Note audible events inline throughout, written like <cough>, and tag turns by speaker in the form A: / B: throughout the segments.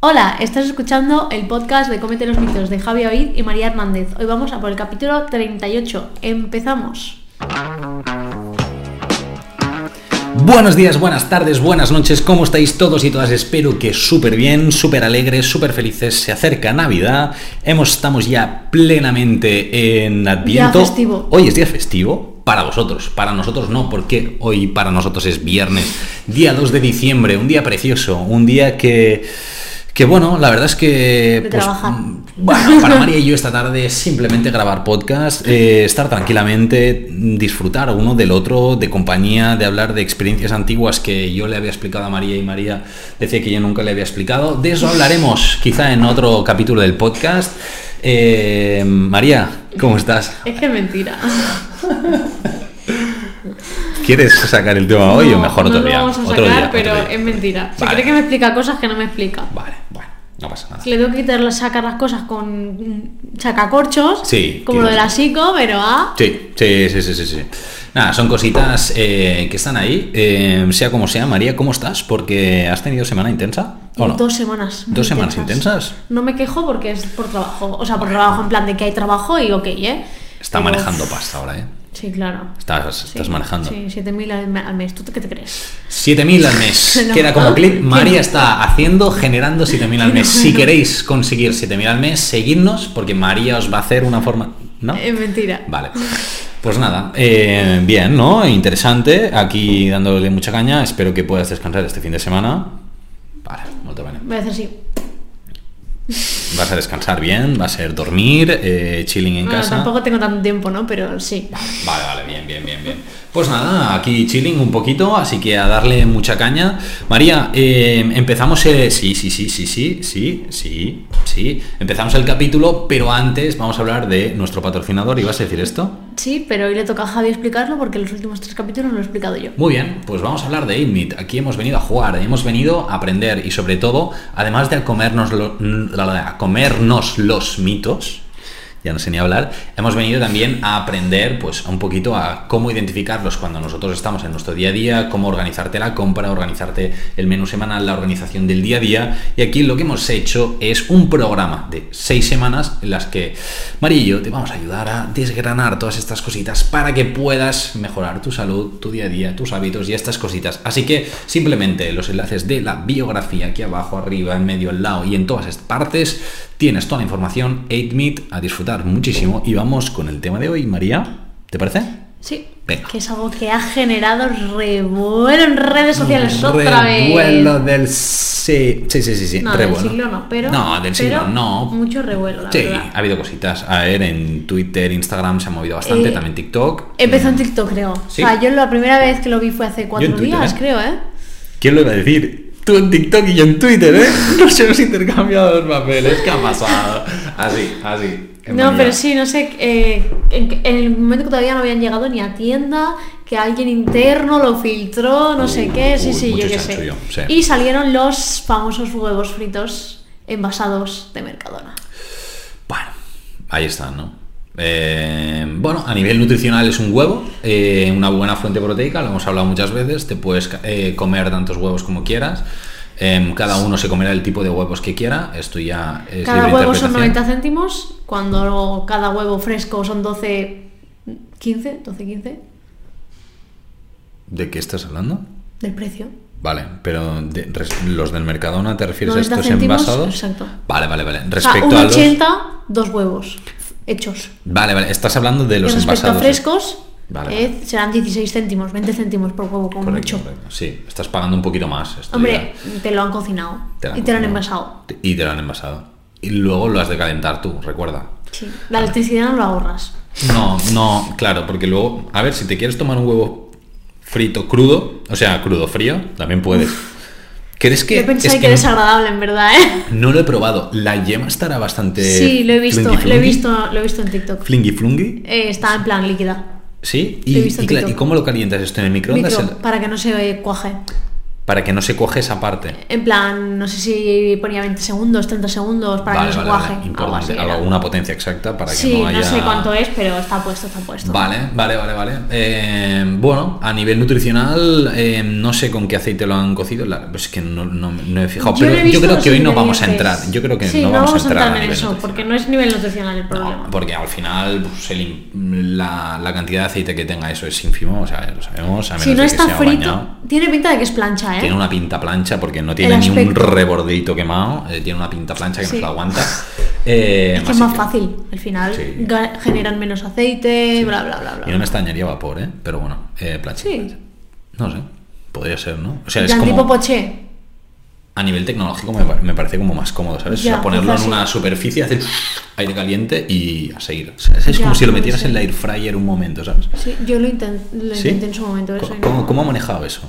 A: Hola, estás escuchando el podcast de Comete los mitos de Javi Oid y María Hernández. Hoy vamos a por el capítulo 38. Empezamos.
B: Buenos días, buenas tardes, buenas noches, ¿cómo estáis todos y todas? Espero que súper bien, súper alegres, súper felices. Se acerca Navidad, hemos, estamos ya plenamente en Adviento.
A: festivo.
B: Hoy es día festivo para vosotros, para nosotros no, porque hoy para nosotros es viernes, día 2 de diciembre, un día precioso, un día que, que bueno, la verdad es que... pues, mm,
A: De trabajar.
B: Bueno, para María y yo esta tarde es simplemente grabar podcast, eh, estar tranquilamente, disfrutar uno del otro, de compañía, de hablar de experiencias antiguas que yo le había explicado a María y María decía que yo nunca le había explicado. De eso hablaremos quizá en otro capítulo del podcast. Eh, María, ¿cómo estás?
A: Es que es mentira.
B: ¿Quieres sacar el tema hoy o
A: No,
B: mejor
A: no
B: otro
A: lo
B: día?
A: vamos a
B: Otro
A: sacar,
B: día, otro
A: pero
B: día.
A: es mentira. Se
B: Vale.
A: cree que me explica cosas que no me explica.
B: Vale, bueno, no pasa nada.
A: Le tengo que quitar, sacar las cosas con mm, sacacorchos,
B: Sí,
A: como lo de la
B: tienes-
A: psico, pero a...
B: Sí, sí, sí, sí, sí, sí. Nada, son cositas eh, que están ahí. Eh, sea como sea, María, ¿cómo estás? Porque has tenido semana intensa. ¿o no?
A: Dos semanas. muy
B: ¿Dos semanas intensas?
A: No me quejo porque es por trabajo. O sea, por trabajo, en plan de que hay trabajo y ok, ¿eh?
B: Está
A: Pero-
B: manejando pasta ahora, ¿eh?
A: Sí, claro.
B: Estás, estás
A: Sí,
B: manejando.
A: Sí, 7.000 al, me- al mes. ¿Tú qué te crees?
B: 7.000 al mes.
A: <laughs> No.
B: Queda como clip.
A: Que
B: María
A: no.
B: está haciendo, generando 7.000 al mes. Si queréis conseguir 7.000 al mes, seguidnos porque María os va a hacer una forma... ¿No?
A: Es Eh, mentira.
B: Vale. Pues nada, eh, bien, ¿no? Interesante. Aquí dándole mucha caña. Espero que puedas descansar este fin de semana. Vale, muy bien.
A: Voy a hacer así.
B: Vas a descansar bien, va a ser dormir, eh, chilling en
A: Bueno,
B: casa.
A: tampoco tengo tanto tiempo, ¿no? Pero sí.
B: Vale, vale, bien, bien, bien, bien. Pues nada, aquí chilling un poquito, así que a darle mucha caña. María, eh, empezamos el... Sí, sí, sí, sí, sí, sí, sí, sí. Empezamos el capítulo, pero antes vamos a hablar de nuestro patrocinador. ¿Ibas a decir esto?
A: Sí, pero hoy le toca a Javi explicarlo porque los últimos tres capítulos lo he explicado yo.
B: Muy bien, pues vamos a hablar de Inmit. Aquí hemos venido a jugar, hemos venido a aprender y sobre todo, además de a comernos, lo- la- la- a comernos los mitos, ya no sé ni hablar, hemos venido también a aprender pues un poquito a cómo identificarlos cuando nosotros estamos en nuestro día a día, cómo organizarte la compra, organizarte el menú semanal, la organización del día a día. Y aquí lo que hemos hecho es un programa de seis semanas en las que María y yo te vamos a ayudar a desgranar todas estas cositas para que puedas mejorar tu salud, tu día a día, tus hábitos y estas cositas. Así que simplemente los enlaces de la biografía aquí abajo, arriba, en medio, al lado y en todas estas partes tienes toda la información. 8meet a disfrutar muchísimo y vamos con el tema de hoy, María. ¿Te parece?
A: Sí.
B: Venga.
A: Que es algo que ha generado revuelo en redes sociales otra vez.
B: Revuelo del sí, sí, sí, sí, sí,
A: No,
B: revuelo.
A: del siglo no, pero.
B: No, del siglo
A: pero
B: no.
A: Mucho revuelo, la
B: Sí,
A: verdad.
B: ha habido cositas. A ver, en Twitter, Instagram se ha movido bastante,
A: Eh,
B: también TikTok.
A: Empezó en TikTok, creo.
B: Sí.
A: O sea, yo la primera vez que lo vi fue hace cuatro
B: en Twitter,
A: días,
B: ¿eh?
A: creo, ¿eh?
B: ¿Quién lo iba a decir? Tú en TikTok y yo en Twitter, <laughs> ¿eh? Nos hemos intercambiado los papeles. ¿Qué ha pasado? Así, así. en
A: No,
B: manía.
A: pero sí, no sé, eh, en, en el momento que todavía no habían llegado ni a tienda, que alguien interno lo filtró, no sé
B: Uy,
A: qué, sí,
B: uy,
A: sí,
B: mucho
A: yo qué
B: chanchullo,
A: sé.
B: sí.
A: Y salieron los famosos huevos fritos envasados de Mercadona.
B: Bueno, ahí están, ¿no? Eh, bueno, a nivel nutricional es un huevo, eh, una buena fuente proteica, lo hemos hablado muchas veces, te puedes ca- eh, comer tantos huevos como quieras, em, cada uno se comerá el tipo de huevos que quiera, esto ya es...
A: Cada
B: libre
A: huevo son 90
B: interpretación.
A: céntimos, cuando lo- cada huevo fresco son 12, 15, 12, 15
B: ¿De qué estás hablando?
A: del precio.
B: Vale, pero de- res- los del Mercadona, ¿te refieres a
A: 90
B: estos
A: céntimos,
B: envasados?
A: exacto.
B: Vale, vale, vale.
A: O sea,
B: Respecto a los...
A: 1,80, dos huevos hechos.
B: Vale, vale, estás hablando de
A: Y
B: los
A: respecto
B: envasados. ¿eh?
A: a frescos,
B: Vale,
A: eh, serán 16 céntimos, 20 céntimos por huevo, como
B: Correcto,
A: mucho.
B: correcto. Sí, estás pagando un poquito más. esto ya.
A: Hombre, te lo han cocinado
B: han
A: y te lo han
B: cocinado.
A: envasado.
B: Te- Y te lo han envasado. Y luego lo has de calentar tú, recuerda.
A: Sí. La electricidad no lo ahorras.
B: No, no, claro, porque luego, a ver, si te quieres tomar un huevo frito crudo, o sea, crudo frío, también puedes. ¿Crees que
A: Yo pensé
B: es
A: que,
B: que
A: eres desagradable, en verdad, ¿eh?
B: no lo he probado? La yema estará bastante
A: Sí, lo he visto,
B: flingy
A: lo he
B: flungy?
A: visto, lo he visto en TikTok.
B: Flingy flungy,
A: Eh, está en plan líquida.
B: ¿sí?
A: Lo
B: Y,
A: he visto
B: y
A: en
B: cla-
A: TikTok.
B: ¿y cómo lo calientas esto en el microondas?
A: Micro, para que no se eh, cuaje.
B: El- para que no se cuaje esa parte.
A: En plan, no sé si ponía 20 segundos, 30 segundos para que no se cuaje. algo así
B: Importante.
A: era.
B: Alguna potencia exacta para que
A: Sí,
B: no
A: no,
B: haya.
A: sé cuánto es, pero está puesto, está puesto.
B: Vale, vale, vale, vale. Eh, bueno, a nivel nutricional, eh, no sé con qué aceite lo han cocido. la- pues es que no, no- no he fijado.
A: no he
B: pero yo
A: visto
B: creo
A: los
B: que hoy no vamos a
A: ingredientes.
B: entrar. Yo creo que
A: Sí,
B: no vamos, a entrar, a
A: en
B: nivel
A: eso,
B: nutricional.
A: porque no es nivel nutricional el problema.
B: No, porque al final pues, el- la, la cantidad de aceite que tenga eso es ínfimo, o sea, lo sabemos, a menos
A: si no
B: de
A: está
B: que sea
A: frito,
B: bañado.
A: tiene pinta de que es plancha, ¿eh?
B: Tiene una pinta plancha porque no tiene ni un
A: aspecto.
B: rebordito quemado, eh, tiene una pinta plancha que
A: Sí.
B: nos
A: <laughs>
B: la aguanta. Eh,
A: es que es
B: así
A: más
B: que-
A: fácil, al final
B: Sí.
A: ga- generan menos aceite, bla, bla, bla, bla.
B: Y no me extrañaría vapor, ¿eh? Pero bueno, eh, plancha.
A: Sí.
B: No sé, podría ser, ¿no? O sea,
A: En
B: es
A: plan
B: como...
A: tipo poché.
B: A nivel tecnológico me, pa- me parece como más cómodo, ¿sabes?
A: Ya,
B: o sea, ponerlo en
A: quizás
B: una superficie, hacer aire caliente y a seguir. O sea, es
A: Ya,
B: como si lo
A: puede
B: metieras
A: ser.
B: en la air fryer un momento, ¿sabes?
A: Sí, yo lo, inten- lo
B: ¿Sí?
A: intenté en su momento, eso
B: ¿Cómo-
A: y no-
B: ¿Cómo, cómo ha manejado eso?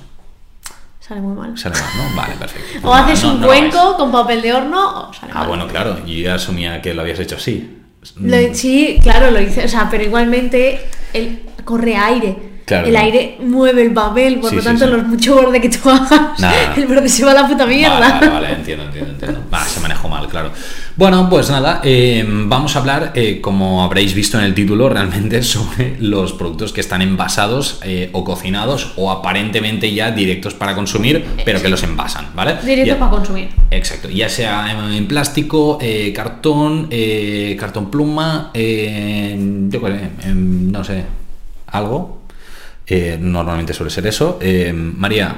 A: sale muy mal.
B: Sale mal, ¿no? Vale, perfecto.
A: O haces
B: No,
A: un
B: no lo
A: cuenco con papel de horno o sale
B: hagáis. Ah,
A: mal.
B: bueno, claro, yo ya asumía que lo habías hecho así. Mm,
A: Lo- sí, claro, lo hice, o sea, pero igualmente el, corre aire.
B: Claro,
A: el
B: claro.
A: aire mueve el papel, por
B: Sí,
A: lo
B: sí,
A: tanto,
B: sí.
A: los mucho borde que tú hagas,
B: Nada.
A: <laughs> el borde se va a la puta mierda.
B: Vale, vale, vale, entiendo, entiendo, entiendo. Va, se manejó mal, claro. Bueno, pues nada, eh, vamos a hablar, eh, como habréis visto en el título, realmente <laughs> sobre los productos que están envasados eh, o cocinados o aparentemente ya directos para consumir, pero que los envasan, ¿vale?
A: <laughs> Directo
B: Ya-
A: para consumir.
B: Exacto, ya sea en, en plástico, eh, cartón, eh, cartón pluma, eh, yo qué sé, em, no sé, algo. Eh, normalmente suele ser eso. Eh, María,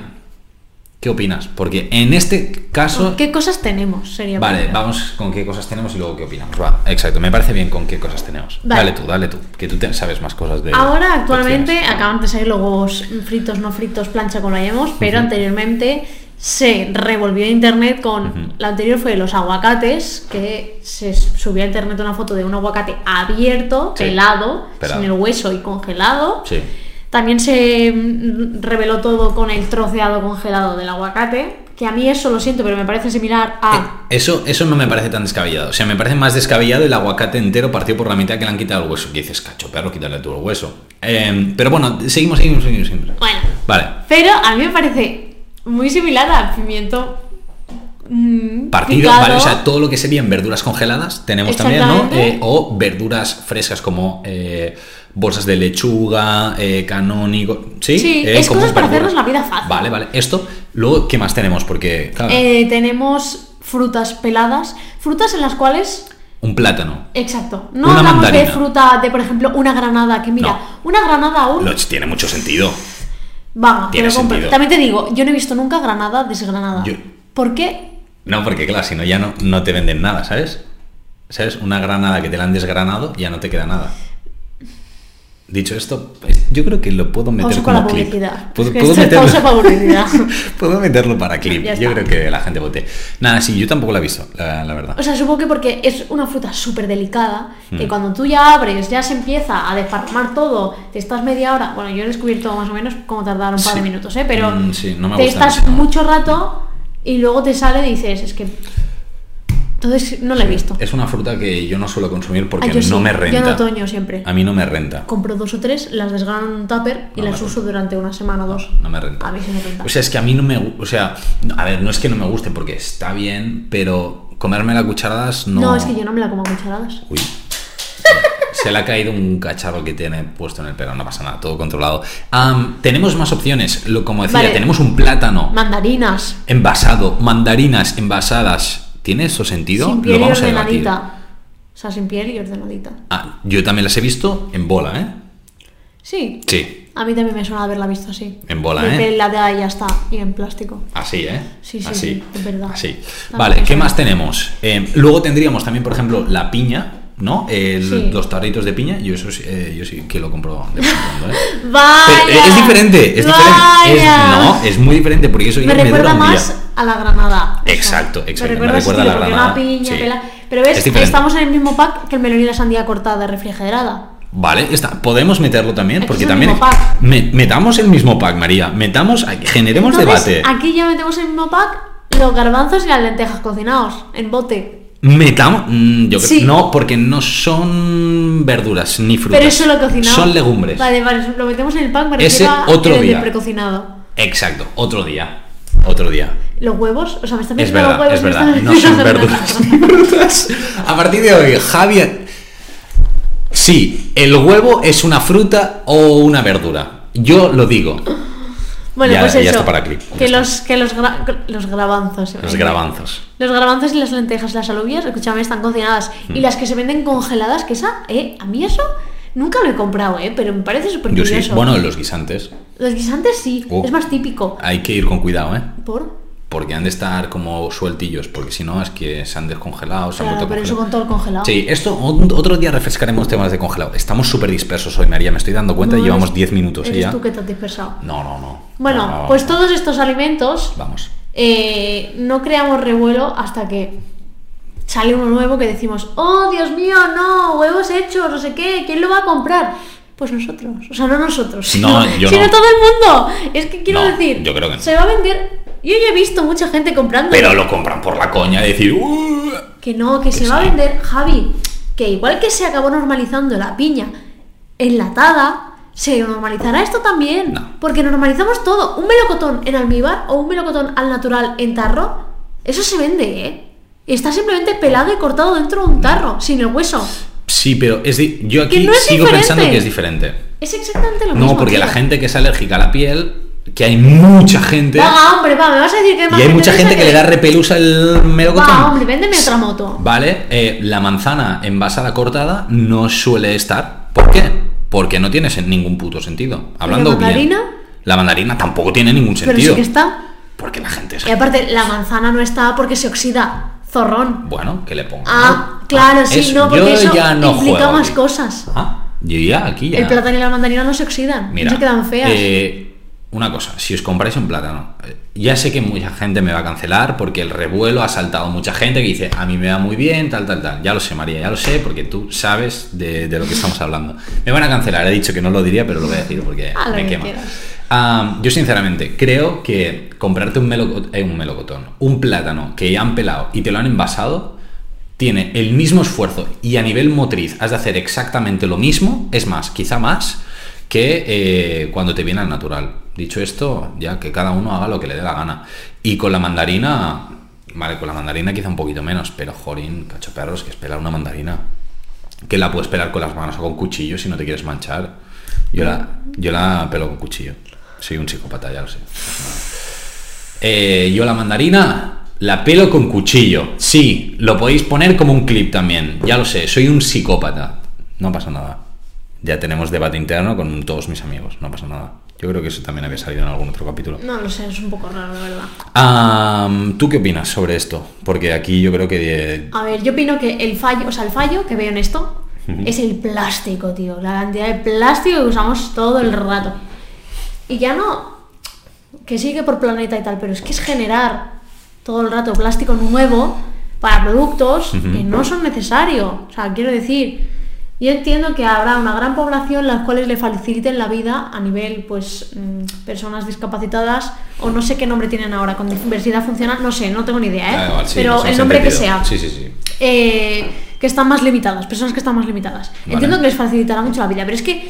B: ¿qué opinas? Porque en este caso...
A: ¿Qué cosas tenemos? Sería
B: Vale,
A: primero.
B: vamos con qué cosas tenemos y luego qué opinamos. Va, exacto, me parece bien con qué cosas tenemos.
A: Vale.
B: Dale tú, dale tú, que tú te- sabes más cosas de...
A: Ahora, actualmente,
B: opciones.
A: acaban de salir los huevos fritos, no fritos, plancha, como lo llamemos, pero anteriormente se revolvió en internet con.
B: Ujú.
A: La anterior fue los aguacates, que se subió a internet una foto de un aguacate abierto,
B: Sí.
A: pelado,
B: Pelado.
A: sin el hueso y congelado.
B: Sí,
A: También se mm, reveló todo con el troceado congelado del aguacate, que a mí eso lo siento, pero me parece similar a.
B: Eh, Eso, eso no me parece tan descabellado. O sea, me parece más descabellado el aguacate entero partido por la mitad que le han quitado el hueso. Que dices, cacho perro, quítale tú el hueso. Eh, pero bueno, seguimos, seguimos, seguimos. seguimos.
A: Bueno,
B: Vale.
A: pero a mí me parece muy similar al pimiento. mm,
B: Partido,
A: picado.
B: ¿vale? O sea, todo lo que serían verduras congeladas tenemos también, ¿no?
A: Exactamente.
B: Eh, o verduras frescas como eh, bolsas de lechuga, eh, canónigo. Sí,
A: Sí,
B: Eh,
A: es
B: como
A: cosas para
B: verduras.
A: hacernos la vida fácil.
B: Vale, vale. Esto, luego, ¿qué más tenemos? Porque, claro,
A: Eh, tenemos frutas peladas, frutas en las cuales.
B: un plátano.
A: Exacto, no
B: Una
A: hablamos de
B: mandarina.
A: fruta, de por ejemplo, una granada, que mira,
B: No.
A: una granada aún.
B: Lo- tiene mucho sentido.
A: Vaga,
B: Tiene
A: pero compro.
B: sentido.
A: También te digo, yo no he visto nunca granada desgranada.
B: Yo-
A: ¿Por qué
B: No, porque claro, si no ya no, no te venden nada, ¿sabes? ¿Sabes? Una granada que te la han desgranado, ya no te queda nada. Dicho esto, pues, yo creo que lo puedo meter
A: Pausa para
B: como
A: la
B: clip.
A: publicidad.
B: Puedo,
A: Es que
B: puedo
A: esto es
B: meterlo,
A: pausa para publicidad.
B: <laughs> puedo meterlo para clip.
A: Ya
B: Yo
A: está.
B: creo que la gente vote. Nada, sí, yo tampoco la he visto, la, la verdad.
A: O sea, supongo que porque es una fruta súper delicada,
B: Hmm.
A: que cuando tú ya abres, ya se empieza a desparramar todo, te estás media hora, bueno, yo he descubierto más o menos cómo tardar un par de
B: Sí.
A: minutos, ¿eh? Pero
B: Mm, sí, no me
A: te
B: gusta
A: estás
B: mucho.
A: mucho rato y luego te sale y dices, es que... Entonces, no la he visto.
B: Es una fruta que yo no suelo consumir porque
A: Ah, yo
B: no
A: sí,
B: me
A: Yo en
B: renta.
A: otoño siempre.
B: A mí no me renta.
A: Compro dos o tres, las desgrano en un tupper y
B: No me
A: las
B: gusta.
A: uso durante una semana o dos.
B: No me renta.
A: A mí sí me renta.
B: O sea, es que a mí no me gusta. O sea, no- a ver, no es que no me guste porque está bien, pero comerme las cucharadas no.
A: no, es que yo no me la como a cucharadas.
B: Uy. Se le ha caído un cacharro que tiene puesto en el pelo, no pasa nada, todo controlado. Am, tenemos más opciones, lo, como decía,
A: Vale.
B: tenemos un plátano
A: Mandarinas.
B: envasado, mandarinas envasadas. ¿Tiene eso sentido?
A: Sin piel
B: lo
A: y
B: vamos a debatir.
A: ordenadita. O sea, sin piel y ordenadita.
B: Ah, yo también las he visto en bola, ¿eh?
A: Sí.
B: Sí,
A: A mí también me suena haberla visto así.
B: En bola,
A: De
B: ¿eh?
A: pelada y ya está. Y en plástico.
B: Así, ¿eh?
A: Sí, sí,
B: Así.
A: sí, es verdad.
B: Así.
A: Tampoco
B: Vale, ¿qué
A: sé.
B: más tenemos? Eh, luego tendríamos también, por ejemplo, la piña, ¿no? El-
A: Sí.
B: Los tarritos de piña, yo eso sí, eh, yo sí que lo compro de vez en cuando, ¿eh?
A: <laughs> ¡Vaya!
B: Pero es diferente, es
A: ¡Vaya!
B: diferente. Es- no, es muy diferente porque eso ya
A: me
B: me dura
A: recuerda
B: un día.
A: más a la granada. O sea,
B: Exacto, exacto,
A: Me recuerda,
B: me recuerda a la
A: porque
B: granada,
A: Una piña,
B: sí.
A: pela- Pero
B: Es
A: ves,
B: diferente.
A: estamos en el mismo pack que el melón y la sandía cortada refrigerada.
B: Vale, está. podemos meterlo también,
A: Es que
B: porque
A: es el
B: también.
A: mismo pack.
B: Me- metamos el mismo pack, María. Metamos, generemos
A: Entonces,
B: debate.
A: Aquí ya metemos en el mismo pack los garbanzos y las lentejas cocinados en bote.
B: Metamos. mm, yo creo-
A: Sí.
B: No, porque no son verduras ni frutas.
A: Pero eso lo cocinado.
B: Son legumbres.
A: Vale, vale, lo metemos en el pack para
B: Ese
A: que
B: otro
A: el
B: día.
A: precocinado.
B: Exacto, otro día. Otro día.
A: Los huevos, o sea, me están
B: Es
A: metiendo los
B: verdad,
A: huevos.
B: es
A: me
B: verdad.
A: están
B: No
A: <laughs>
B: son
A: metiendo
B: verduras ni
A: <laughs>
B: frutas. A partir de hoy, Javier. Sí, el huevo es una fruta o una verdura. Yo lo digo.
A: Bueno,
B: Ya-
A: pues
B: ya
A: eso.
B: está para clip, ya
A: Que
B: está.
A: los, que los, gra- los grabanzos.
B: Los grabanzos.
A: Los garbanzos y las lentejas, las alubias, escúchame, están cocinadas.
B: Mm.
A: Y las que se venden congeladas, que esa, eh, a mí eso nunca lo he comprado, eh, pero me parece súper
B: Yo sí.
A: curioso.
B: Bueno, los guisantes.
A: Los guisantes sí,
B: Uh.
A: es más típico.
B: Hay que ir con cuidado, ¿eh?
A: Por.
B: Porque han de estar como sueltillos, porque si no es que se han descongelado, se
A: Claro,
B: han vuelto a
A: pero eso
B: congelar.
A: con todo el congelado.
B: Sí, esto o- otro día refrescaremos temas de congelado. Estamos súper dispersos hoy, María, me estoy dando cuenta,
A: No,
B: llevamos
A: eres-
B: 10 minutos y
A: eres
B: ya.
A: tú que te has dispersado.
B: No, no, no.
A: Bueno,
B: No, no, no.
A: pues todos estos alimentos
B: Vamos.
A: eh, no creamos revuelo hasta que sale uno nuevo que decimos, oh Dios mío, no, huevos hechos, no sé qué, ¿quién lo va a comprar? Pues nosotros, o sea, no nosotros,
B: No,
A: sino,
B: yo
A: sino
B: no.
A: todo el mundo. Es que quiero
B: No,
A: decir,
B: yo creo que no.
A: se va a vender. Yo ya he visto mucha gente comprando.
B: Pero lo compran por la coña, de decir, "Uh".
A: Que no, que se
B: sí.
A: va a vender, Javi, que igual que se acabó normalizando la piña enlatada, se normalizará esto también.
B: No.
A: Porque normalizamos todo. Un melocotón en almíbar o un melocotón al natural en tarro, eso se vende, ¿eh? Está simplemente pelado y cortado dentro de un tarro, sin el hueso.
B: Sí, pero es di- yo
A: Que
B: aquí
A: no es
B: sigo
A: diferente.
B: pensando que es diferente.
A: Es exactamente lo mismo.
B: No, porque la
A: tío.
B: gente que es alérgica a la piel, que hay mucha gente,
A: Venga, hombre, va, me vas a decir que hay más
B: y hay mucha
A: de
B: gente
A: esa
B: que le da repelusa el melocotón.
A: Va, hombre, véndeme otra moto.
B: Vale, eh, la manzana envasada cortada no suele estar. ¿Por qué? Porque no tiene sen- ningún puto sentido. Hablando bien.
A: mandarina?
B: La mandarina tampoco tiene ningún
A: Pero sí
B: sentido.
A: que está.
B: Porque la gente es.
A: Y aparte, la manzana no está porque se oxida. Zorrón.
B: Bueno, que le pongo.
A: Ah, claro, sí,
B: eso-
A: no, porque
B: yo
A: eso
B: ya no
A: implica
B: juego
A: más
B: aquí.
A: cosas.
B: Ah, yo ya aquí ya.
A: El plátano y la mandarina no se oxidan,
B: Mira,
A: no se quedan feas.
B: eh, una cosa, si os compráis un plátano, eh, ya sé que mucha gente me va a cancelar porque el revuelo ha saltado mucha gente que dice, a mí me va muy bien, tal, tal, tal. Ya lo sé, María, ya lo sé, porque tú sabes de, de lo que estamos hablando. Me van a cancelar, he dicho que no lo diría, pero lo voy a
A: <laughs>
B: decir porque
A: Ah, lo
B: me
A: que
B: quema.
A: quieras.
B: Ah, yo sinceramente creo que comprarte un, meloco- eh, un melocotón, un plátano que ya han pelado y te lo han envasado, tiene el mismo esfuerzo y a nivel motriz has de hacer exactamente lo mismo, es más, quizá más, que eh, cuando te viene al natural. Dicho esto, ya que cada uno haga lo que le dé la gana. Y con la mandarina, vale, con la mandarina quizá un poquito menos, pero jorín, cacho perros, que es pelar una mandarina. Que la puedes pelar con las manos o con cuchillo si no te quieres manchar. Yo la, yo la pelo con cuchillo. Soy un psicópata, ya lo sé. Eh, yo la mandarina la pelo con cuchillo. Sí, lo podéis poner como un clip también. Ya lo sé, soy un psicópata. No pasa nada. Ya tenemos debate interno con todos mis amigos. No pasa nada. Yo creo que eso también había salido en algún otro capítulo.
A: No lo sé, es un poco raro, la verdad.
B: Am, ¿Tú qué opinas sobre esto? Porque aquí yo creo que... eh,
A: A ver, yo opino que el fallo, o sea, el fallo que veo en esto es el plástico, tío. La cantidad de plástico que usamos todo el rato. Y ya no. Que sigue por planeta y tal, pero es que es generar todo el rato plástico nuevo para productos que no son necesarios. O sea, quiero decir, yo entiendo que habrá una gran población las cuales le faciliten la vida a nivel, pues, mm, personas discapacitadas o no sé qué nombre tienen ahora, con diversidad funcional, no sé, no tengo ni idea, ¿eh?
B: da igual, sí,
A: pero
B: nos
A: el
B: hemos
A: nombre que
B: entendido.
A: sea
B: Sí, sí, sí.
A: eh, que están más limitadas, personas que están más limitadas.
B: Vale.
A: Entiendo que les facilitará mucho la vida, pero es que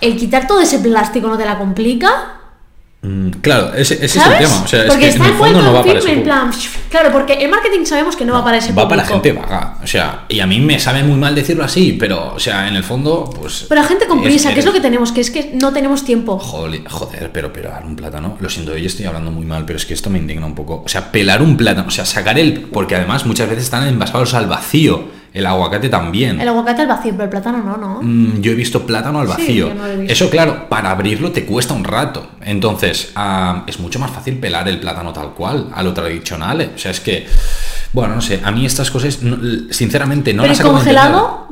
A: el quitar todo ese plástico no te la complica.
B: Mm, claro, ese, ese es el
A: ¿Sabes?
B: tema. O sea,
A: porque
B: es que
A: está
B: en el fondo
A: envuelto
B: no va
A: en firme,
B: para ese
A: en
B: público.
A: plan. <laughs> Claro, porque el marketing sabemos que no, va para ese
B: Va para
A: público.
B: gente vaga. O sea, y a mí me sabe muy mal decirlo así, pero, o sea, en el fondo, pues.
A: Pero gente con
B: es-
A: prisa, que es
B: eres-
A: lo que tenemos, que es que no tenemos tiempo.
B: Joli- Joder, pero pelar un plátano. Lo siento, yo estoy hablando muy mal, pero es que esto me indigna un poco. O sea, pelar un plátano, o sea, sacar el. Porque además muchas veces están envasados al vacío. El aguacate también.
A: El aguacate al vacío, pero el plátano no, ¿no?
B: Mm, yo he visto plátano al
A: Sí,
B: vacío.
A: yo no lo he visto.
B: Eso, claro, para abrirlo te cuesta un rato. Entonces, ah, es mucho más fácil pelar el plátano tal cual, a lo tradicional. eh. O sea, es que. Bueno, no sé, a mí estas cosas, no- l- sinceramente, no
A: pero
B: las
A: el
B: acabo de entender.
A: congelado,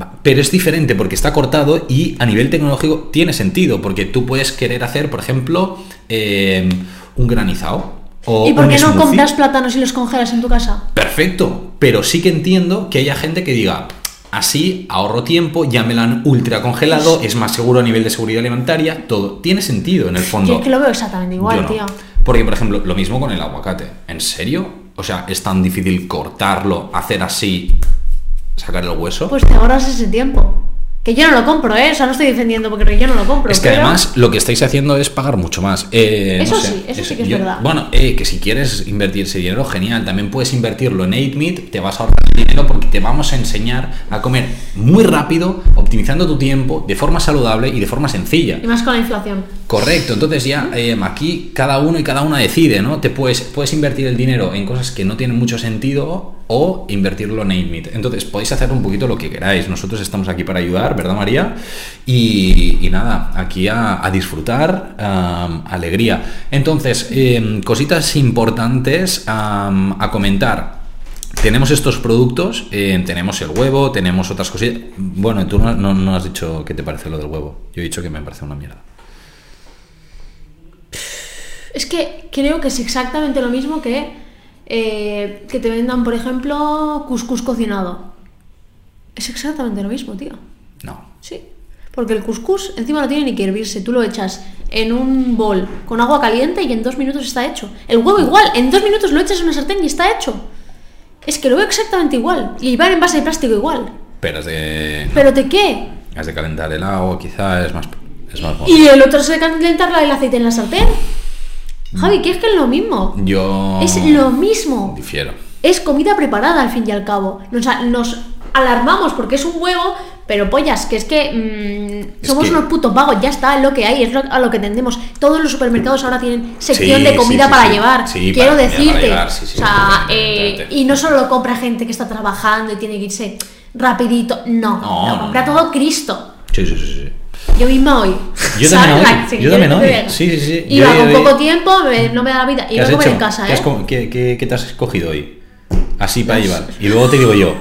B: Va, Pero es diferente porque está cortado y a nivel tecnológico tiene sentido, porque tú puedes querer hacer, por ejemplo, eh, un granizado. O
A: ¿y por
B: un
A: qué no
B: smoothie.
A: compras plátanos y los congelas en tu casa?
B: Perfecto, pero sí que entiendo que haya gente que diga, así ahorro tiempo, ya me lo han ultra congelado, es más seguro a nivel de seguridad alimentaria, todo. Tiene sentido en el fondo.
A: Yo es que lo veo exactamente igual,
B: Yo no.
A: tío.
B: Porque, por ejemplo, lo mismo con el aguacate. ¿En serio? O sea, es tan difícil cortarlo, hacer así, sacar el hueso.
A: Pues te ahorras ese tiempo. Que yo no lo compro, ¿eh? O sea, no estoy defendiendo porque yo no lo compro.
B: Es que
A: pero-
B: además lo que estáis haciendo es pagar mucho más. Eh,
A: Eso
B: no sé,
A: sí, eso sí que es verdad.
B: Bueno, eh, que si quieres invertir ese dinero, genial. También puedes invertirlo en 8Meat, te vas a ahorrar el dinero porque te vamos a enseñar a comer muy rápido, optimizando tu tiempo, de forma saludable y de forma sencilla.
A: Y más con la inflación.
B: Correcto, entonces ya eh, aquí cada uno y cada una decide, ¿no? Te puedes, puedes invertir el dinero en cosas que no tienen mucho sentido o invertirlo en AIMIT. Entonces podéis hacer un poquito lo que queráis. Nosotros estamos aquí para ayudar, ¿verdad, María? Y, y nada, aquí a, a disfrutar, am, alegría. Entonces, em, cositas importantes am, a comentar. Tenemos estos productos, eh, tenemos el huevo, tenemos otras cositas. Bueno, tú no, no- no has dicho qué te parece lo del huevo. Yo he dicho que me parece una mierda.
A: Es que creo que es exactamente lo mismo que eh, que te vendan, por ejemplo, cuscús cocinado. Es exactamente lo mismo, tío.
B: No.
A: Sí. Porque el cuscús encima no tiene ni que hervirse. Tú lo echas en un bol con agua caliente y en dos minutos está hecho. El huevo igual, en dos minutos lo echas en una sartén y está hecho. Es que lo veo exactamente igual. Y va en envase de plástico igual.
B: Pero has de,
A: ¿Pero de qué?
B: has de calentar el agua, quizás es más, es más bueno.
A: ¿Y el otro se calentarla el aceite en la sartén? Javi, que es que es lo mismo.
B: Yo
A: Es lo mismo.
B: difiero.
A: Es comida preparada al fin y al cabo. Nos, a- nos alarmamos porque es un huevo, pero pollas, que es que mm,
B: Es
A: somos
B: que-
A: unos putos vagos, ya está, es lo que hay, es lo- a lo que tendemos. Todos los supermercados ahora tienen sección
B: Sí,
A: de
B: sí,
A: comida
B: sí,
A: para
B: sí.
A: llevar.
B: Sí,
A: Quiero
B: para comida para
A: decirte.
B: llevar, sí, sí,
A: o sea,
B: totalmente,
A: eh,
B: totalmente.
A: y no solo lo compra gente que está trabajando y tiene que irse rapidito. No,
B: No,
A: lo
B: no,
A: compra
B: no.
A: todo Cristo.
B: Sí, sí, sí. sí.
A: Yo misma hoy.
B: Yo
A: ¿sabes?
B: también hoy,
A: Like, si
B: yo
A: quieres que
B: también
A: te
B: hoy.
A: diga.
B: Sí, sí, sí.
A: Iba
B: Yo hoy,
A: con
B: hoy.
A: poco tiempo, me- no me da la vida.
B: ¿Qué
A: Iba a
B: has
A: comer
B: hecho?
A: en casa,
B: ¿Qué,
A: ¿eh?
B: has com- qué- qué- qué te has escogido hoy? Así para llevar. Y luego te digo yo,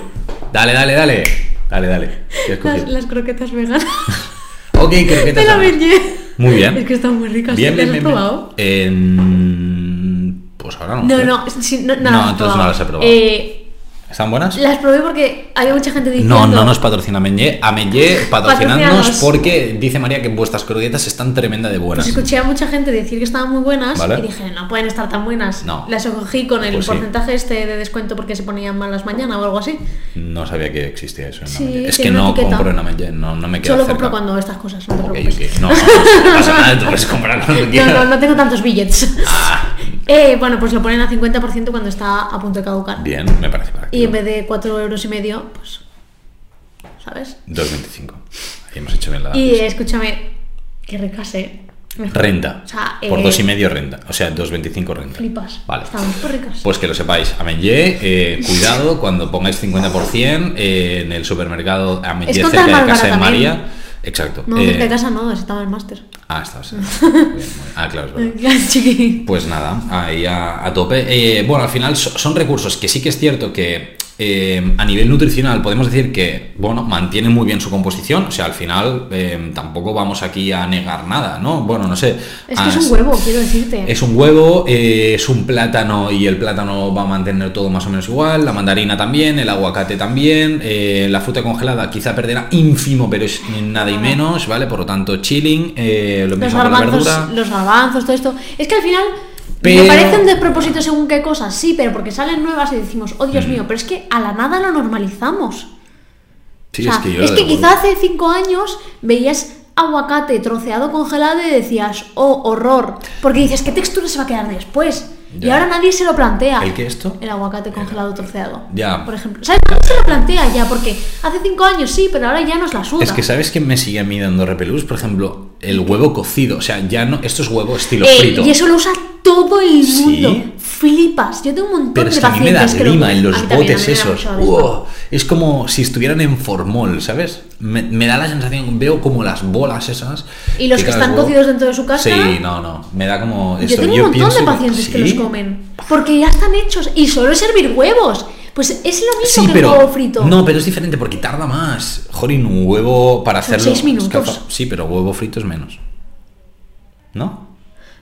B: dale, dale, dale. Dale, dale. ¿Qué has
A: Las,
B: cogido?
A: las croquetas
B: <laughs>
A: veganas.
B: Ok, croquetas
A: Me la
B: veganas.
A: vendí.
B: Muy bien.
A: Es que están muy ricas.
B: Bien,
A: ¿Las
B: bien,
A: has
B: bien, bien.
A: probado?
B: En- Pues ahora no.
A: No,
B: sé.
A: no, sí, no, no,
B: No,
A: las he
B: entonces
A: probado.
B: no las he probado.
A: Eh,
B: ¿Están buenas?
A: las probé porque había mucha gente diciendo. pues
B: No, no nos patrocina Meñé. A Meñé, patrocinadnos
A: Patrocinanos.
B: porque dice María que vuestras croquetas están tremenda de buenas.
A: Pues escuché a mucha gente decir que estaban muy buenas
B: Vale.
A: y dije, no pueden estar tan buenas.
B: No.
A: Las cogí con el
B: Pues sí.
A: porcentaje este de descuento porque se ponían malas mañana o algo así.
B: No sabía que existía eso en
A: Sí,
B: Ametlla. Es que
A: tiene una
B: no
A: etiqueta.
B: compro en Ametlla, no, no me queda
A: Solo
B: cerca.
A: compro cuando estas cosas, no te
B: Ok,
A: preocupes.
B: ok. No, no, no, no pasa nada, tú puedes comprar cuando
A: No,
B: quieras.
A: no, no tengo tantos billets.
B: Ah,
A: <laughs> Eh, bueno, pues lo ponen a 50% cuando está a punto de caducar.
B: bien, me parece para
A: Y en vez de 4 euros y medio, pues. ¿Sabes?
B: 2.25. Ahí hemos hecho bien la...
A: Y eh, escúchame, que ricas, eh. Me
B: Renta.
A: O sea,
B: Por
A: eh,
B: dos y medio renta. O sea, 2.25 renta.
A: Flipas.
B: Vale.
A: Estaban súper ricas.
B: Pues que lo sepáis, Amenye, cuidado cuando pongáis 50% eh, en el supermercado Amenye
A: Es
B: cerca de
A: contrabárbara
B: casa de
A: también.
B: María. Exacto.
A: no,
B: eh,
A: cerca de casa no, estaba en el máster.
B: Ah,
A: <laughs>
B: estabas. en- muy bien, muy bien. Ah, claro, es verdad.
A: Chiqui.
B: Pues nada, ahí a, a tope. Eh, bueno, al final so- son recursos que sí que es cierto que eh, a nivel nutricional podemos decir que, bueno, mantienen muy bien su composición. O sea, al final eh, tampoco vamos aquí a negar nada, ¿no? Bueno, no sé.
A: Es que
B: Ah,
A: es un huevo, quiero decirte.
B: es un huevo, eh, es un plátano y el plátano va a mantener todo más o menos igual, la mandarina también, el aguacate también, eh, la fruta congelada quizá perderá ínfimo, pero es nada y menos, ¿vale? Por lo tanto, chilling, eh, lo
A: los
B: mismo con la verdura.
A: garbanzos, los garbanzos, todo esto. Es que al final
B: Pero-
A: me parece un despropósito según qué cosas, sí, pero porque salen nuevas y decimos, oh
B: Mm.
A: Dios mío, pero es que a la nada lo normalizamos.
B: Sí,
A: O sea,
B: es que yo de
A: quizá
B: verdura-
A: hace cinco años veías aguacate troceado congelado y decías, oh, horror. Porque dices, ¿qué textura se va a quedar después? Y
B: Ya.
A: ahora nadie se lo plantea.
B: ¿El qué esto?
A: El aguacate congelado troceado.
B: Ya.
A: Por ejemplo. ¿Sabes? Nadie se lo plantea ya, porque hace cinco años sí, pero ahora ya nos la suda.
B: Es que sabes que me sigue a mí dando repelús, por ejemplo, el huevo cocido, o sea, ya no, esto es huevo estilo
A: Eh,
B: frito.
A: y eso lo usa todo el
B: Sí.
A: mundo. Flipas. Yo tengo un montón
B: Pero es
A: de
B: que a mí me da
A: pacientes que lo
B: grima en
A: usan. A
B: los
A: mí también, a
B: botes
A: mí me da
B: esos.
A: mucha grima.
B: Uah, es como si estuvieran en formol, ¿sabes? Me, me da la sensación, veo como las bolas esas.
A: Y los que
B: cada
A: están
B: huevo-
A: cocidos dentro de su cáscara.
B: Sí, no, no. Me da como.
A: Yo
B: esto.
A: tengo un montón
B: pienso
A: de pacientes que los
B: sí,
A: comen. Porque ya están hechos. Y solo es hervir huevos. Pues es lo mismo
B: Sí,
A: que
B: pero.
A: un huevo frito.
B: No, pero es diferente porque tarda más. Jorín, un huevo para
A: Son
B: hacerlo.
A: seis minutos.
B: escalfa- Sí, pero huevo frito es menos. ¿No?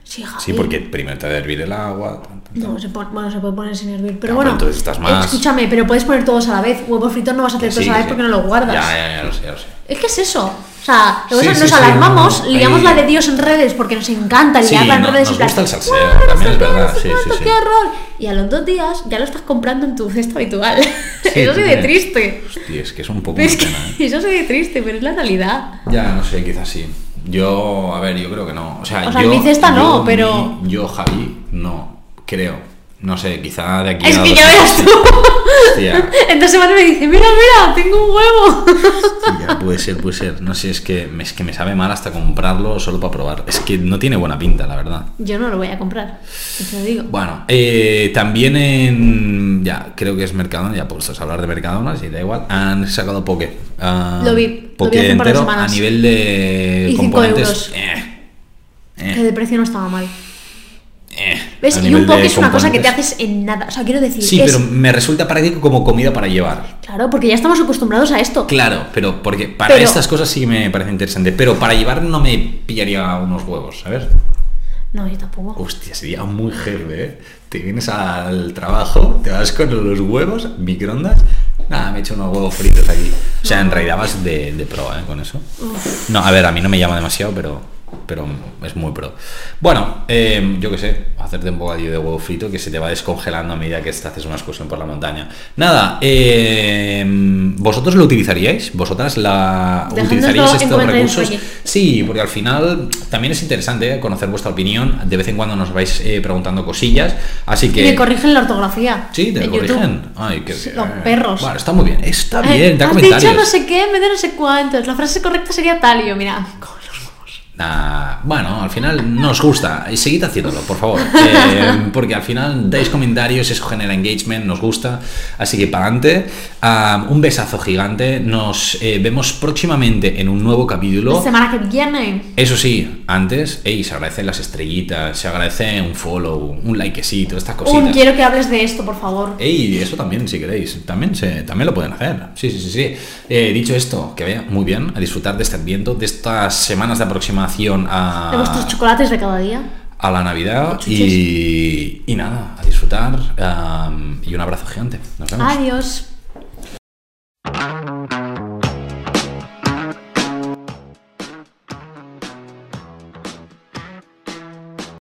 A: Sí, Javi.
B: Sí, porque primero te debe hervir el agua. tan, tan, tan.
A: No, se pon- bueno, se puede poner sin hervir, pero
B: Ah,
A: bueno.
B: bueno, entonces estás más-
A: Escúchame, pero puedes poner todos a la vez. Huevos fritos no vas a hacer
B: Sí,
A: todos a la vez
B: sí.
A: porque no los guardas.
B: Ya, ya, ya, lo sé, ya lo sé.
A: Es que es eso. O sea, lo que
B: Sí,
A: pasa es que
B: sí,
A: nos
B: sí,
A: alarmamos,
B: no, no,
A: liamos
B: ahí-
A: la de Dios en redes porque nos encanta
B: Sí,
A: liarla en
B: no-
A: redes
B: nos
A: y tal.
B: gusta el salseo,
A: ¡Guau, no
B: también
A: sé
B: es
A: qué, no
B: verdad,
A: sé
B: sí,
A: cuánto,
B: sí, sí.
A: ¡Qué horror! Y a los dos días ya lo estás comprando en tu cesta habitual. <laughs> eso sí
B: tú
A: de
B: tienes-
A: triste.
B: Hostia, es que es un poco
A: Es
B: una
A: que
B: pena, ¿eh?
A: eso sí de triste, pero es la realidad.
B: Ya, no sé, quizás sí. Yo, a ver, yo creo que no. O sea,
A: O sea,
B: yo,
A: mi cesta
B: yo-
A: no, pero-
B: mi- yo, Javi, no. Creo. No sé, quizá de aquí
A: es
B: a
A: que
B: dos
A: ya verás
B: meses.
A: tú. <laughs>
B: Hostia.
A: Entonces Manu me dice, mira, mira, tengo un huevo. <laughs>
B: Ya, puede ser, puede ser. No sé, es que, me- es que me sabe mal hasta comprarlo solo para probar. Es que no tiene buena pinta, la verdad.
A: Yo no lo voy a comprar, te lo digo.
B: Bueno, eh, también en. Ya, creo que es Mercadona, ya puestos a hablar de Mercadona, si da igual. Han sacado Poké. Ah,
A: Lo vi, lo vi
B: Poké
A: hace un par de
B: entero a
A: semanas.
B: nivel de
A: Y cinco
B: componentes.
A: euros.
B: eh, eh,
A: Que de precio no estaba mal.
B: eh,
A: ¿Ves?
B: a
A: Y
B: nivel
A: un
B: de
A: poke es una cosa que te
B: componentes.
A: haces en nada. O sea, quiero decir,
B: Sí,
A: es-
B: pero me resulta práctico como comida para llevar.
A: claro, porque ya estamos acostumbrados a esto.
B: Claro, pero porque para
A: Pero-
B: estas cosas sí que me parece interesante. Pero para llevar no me pillaría unos huevos, ¿sabes?
A: No, yo tampoco.
B: Hostia, sería muy jefe, ¿eh? Te vienes al trabajo, te vas con los huevos, microondas. Nada, me he hecho unos huevos fritos aquí. O sea, en realidad vas de, de pro, ¿eh? Con eso. No, a ver, a mí no me llama demasiado, pero, pero es muy pro. Bueno, eh, yo qué sé, hacerte un bocadillo de huevo frito que se te va descongelando a medida que te haces una excursión por la montaña. Nada, eh, ¿vosotros lo utilizaríais? ¿Vosotras la
A: Dejadnoslo
B: utilizaríais
A: en
B: estos
A: comentarios
B: recursos?
A: aquí.
B: Sí, porque al final también es interesante eh, conocer vuestra opinión. De vez en cuando nos vais eh, preguntando cosillas. Así
A: Y me
B: que.
A: corrigen la ortografía.
B: Sí, te
A: en YouTube.
B: corrigen. Ay, qué
A: Sí,
B: bien.
A: los perros.
B: Bueno, está muy bien. Está
A: Eh,
B: bien, da
A: has
B: comentarios.
A: dicho no sé qué, en vez de no sé cuántos. La frase correcta sería tal. Y yo, mira, con los huevos.
B: Nah, Ah, bueno, al final nos gusta. Y seguid haciéndolo, por favor. <laughs> Eh, porque al final dais comentarios, eso genera engagement, nos gusta. Así que para adelante. un besazo gigante. Nos eh, vemos próximamente en un nuevo capítulo.
A: La semana que viene.
B: Eso sí, antes, ey, se agradecen las estrellitas, se agradece un follow, un likecito, estas
A: Un
B: cositas.
A: quiero que hables de esto, por favor.
B: Ey, eso también, si queréis, también, se, también lo pueden hacer. Sí, sí, sí, sí. Eh, dicho esto, que vaya muy bien a disfrutar de este ambiente, de estas semanas de aproximación
A: De vuestros
B: a,
A: chocolates de cada día.
B: a la Navidad
A: Chuches.
B: y, y nada, a disfrutar am, y un abrazo gigante. Nos vemos.
A: Adiós.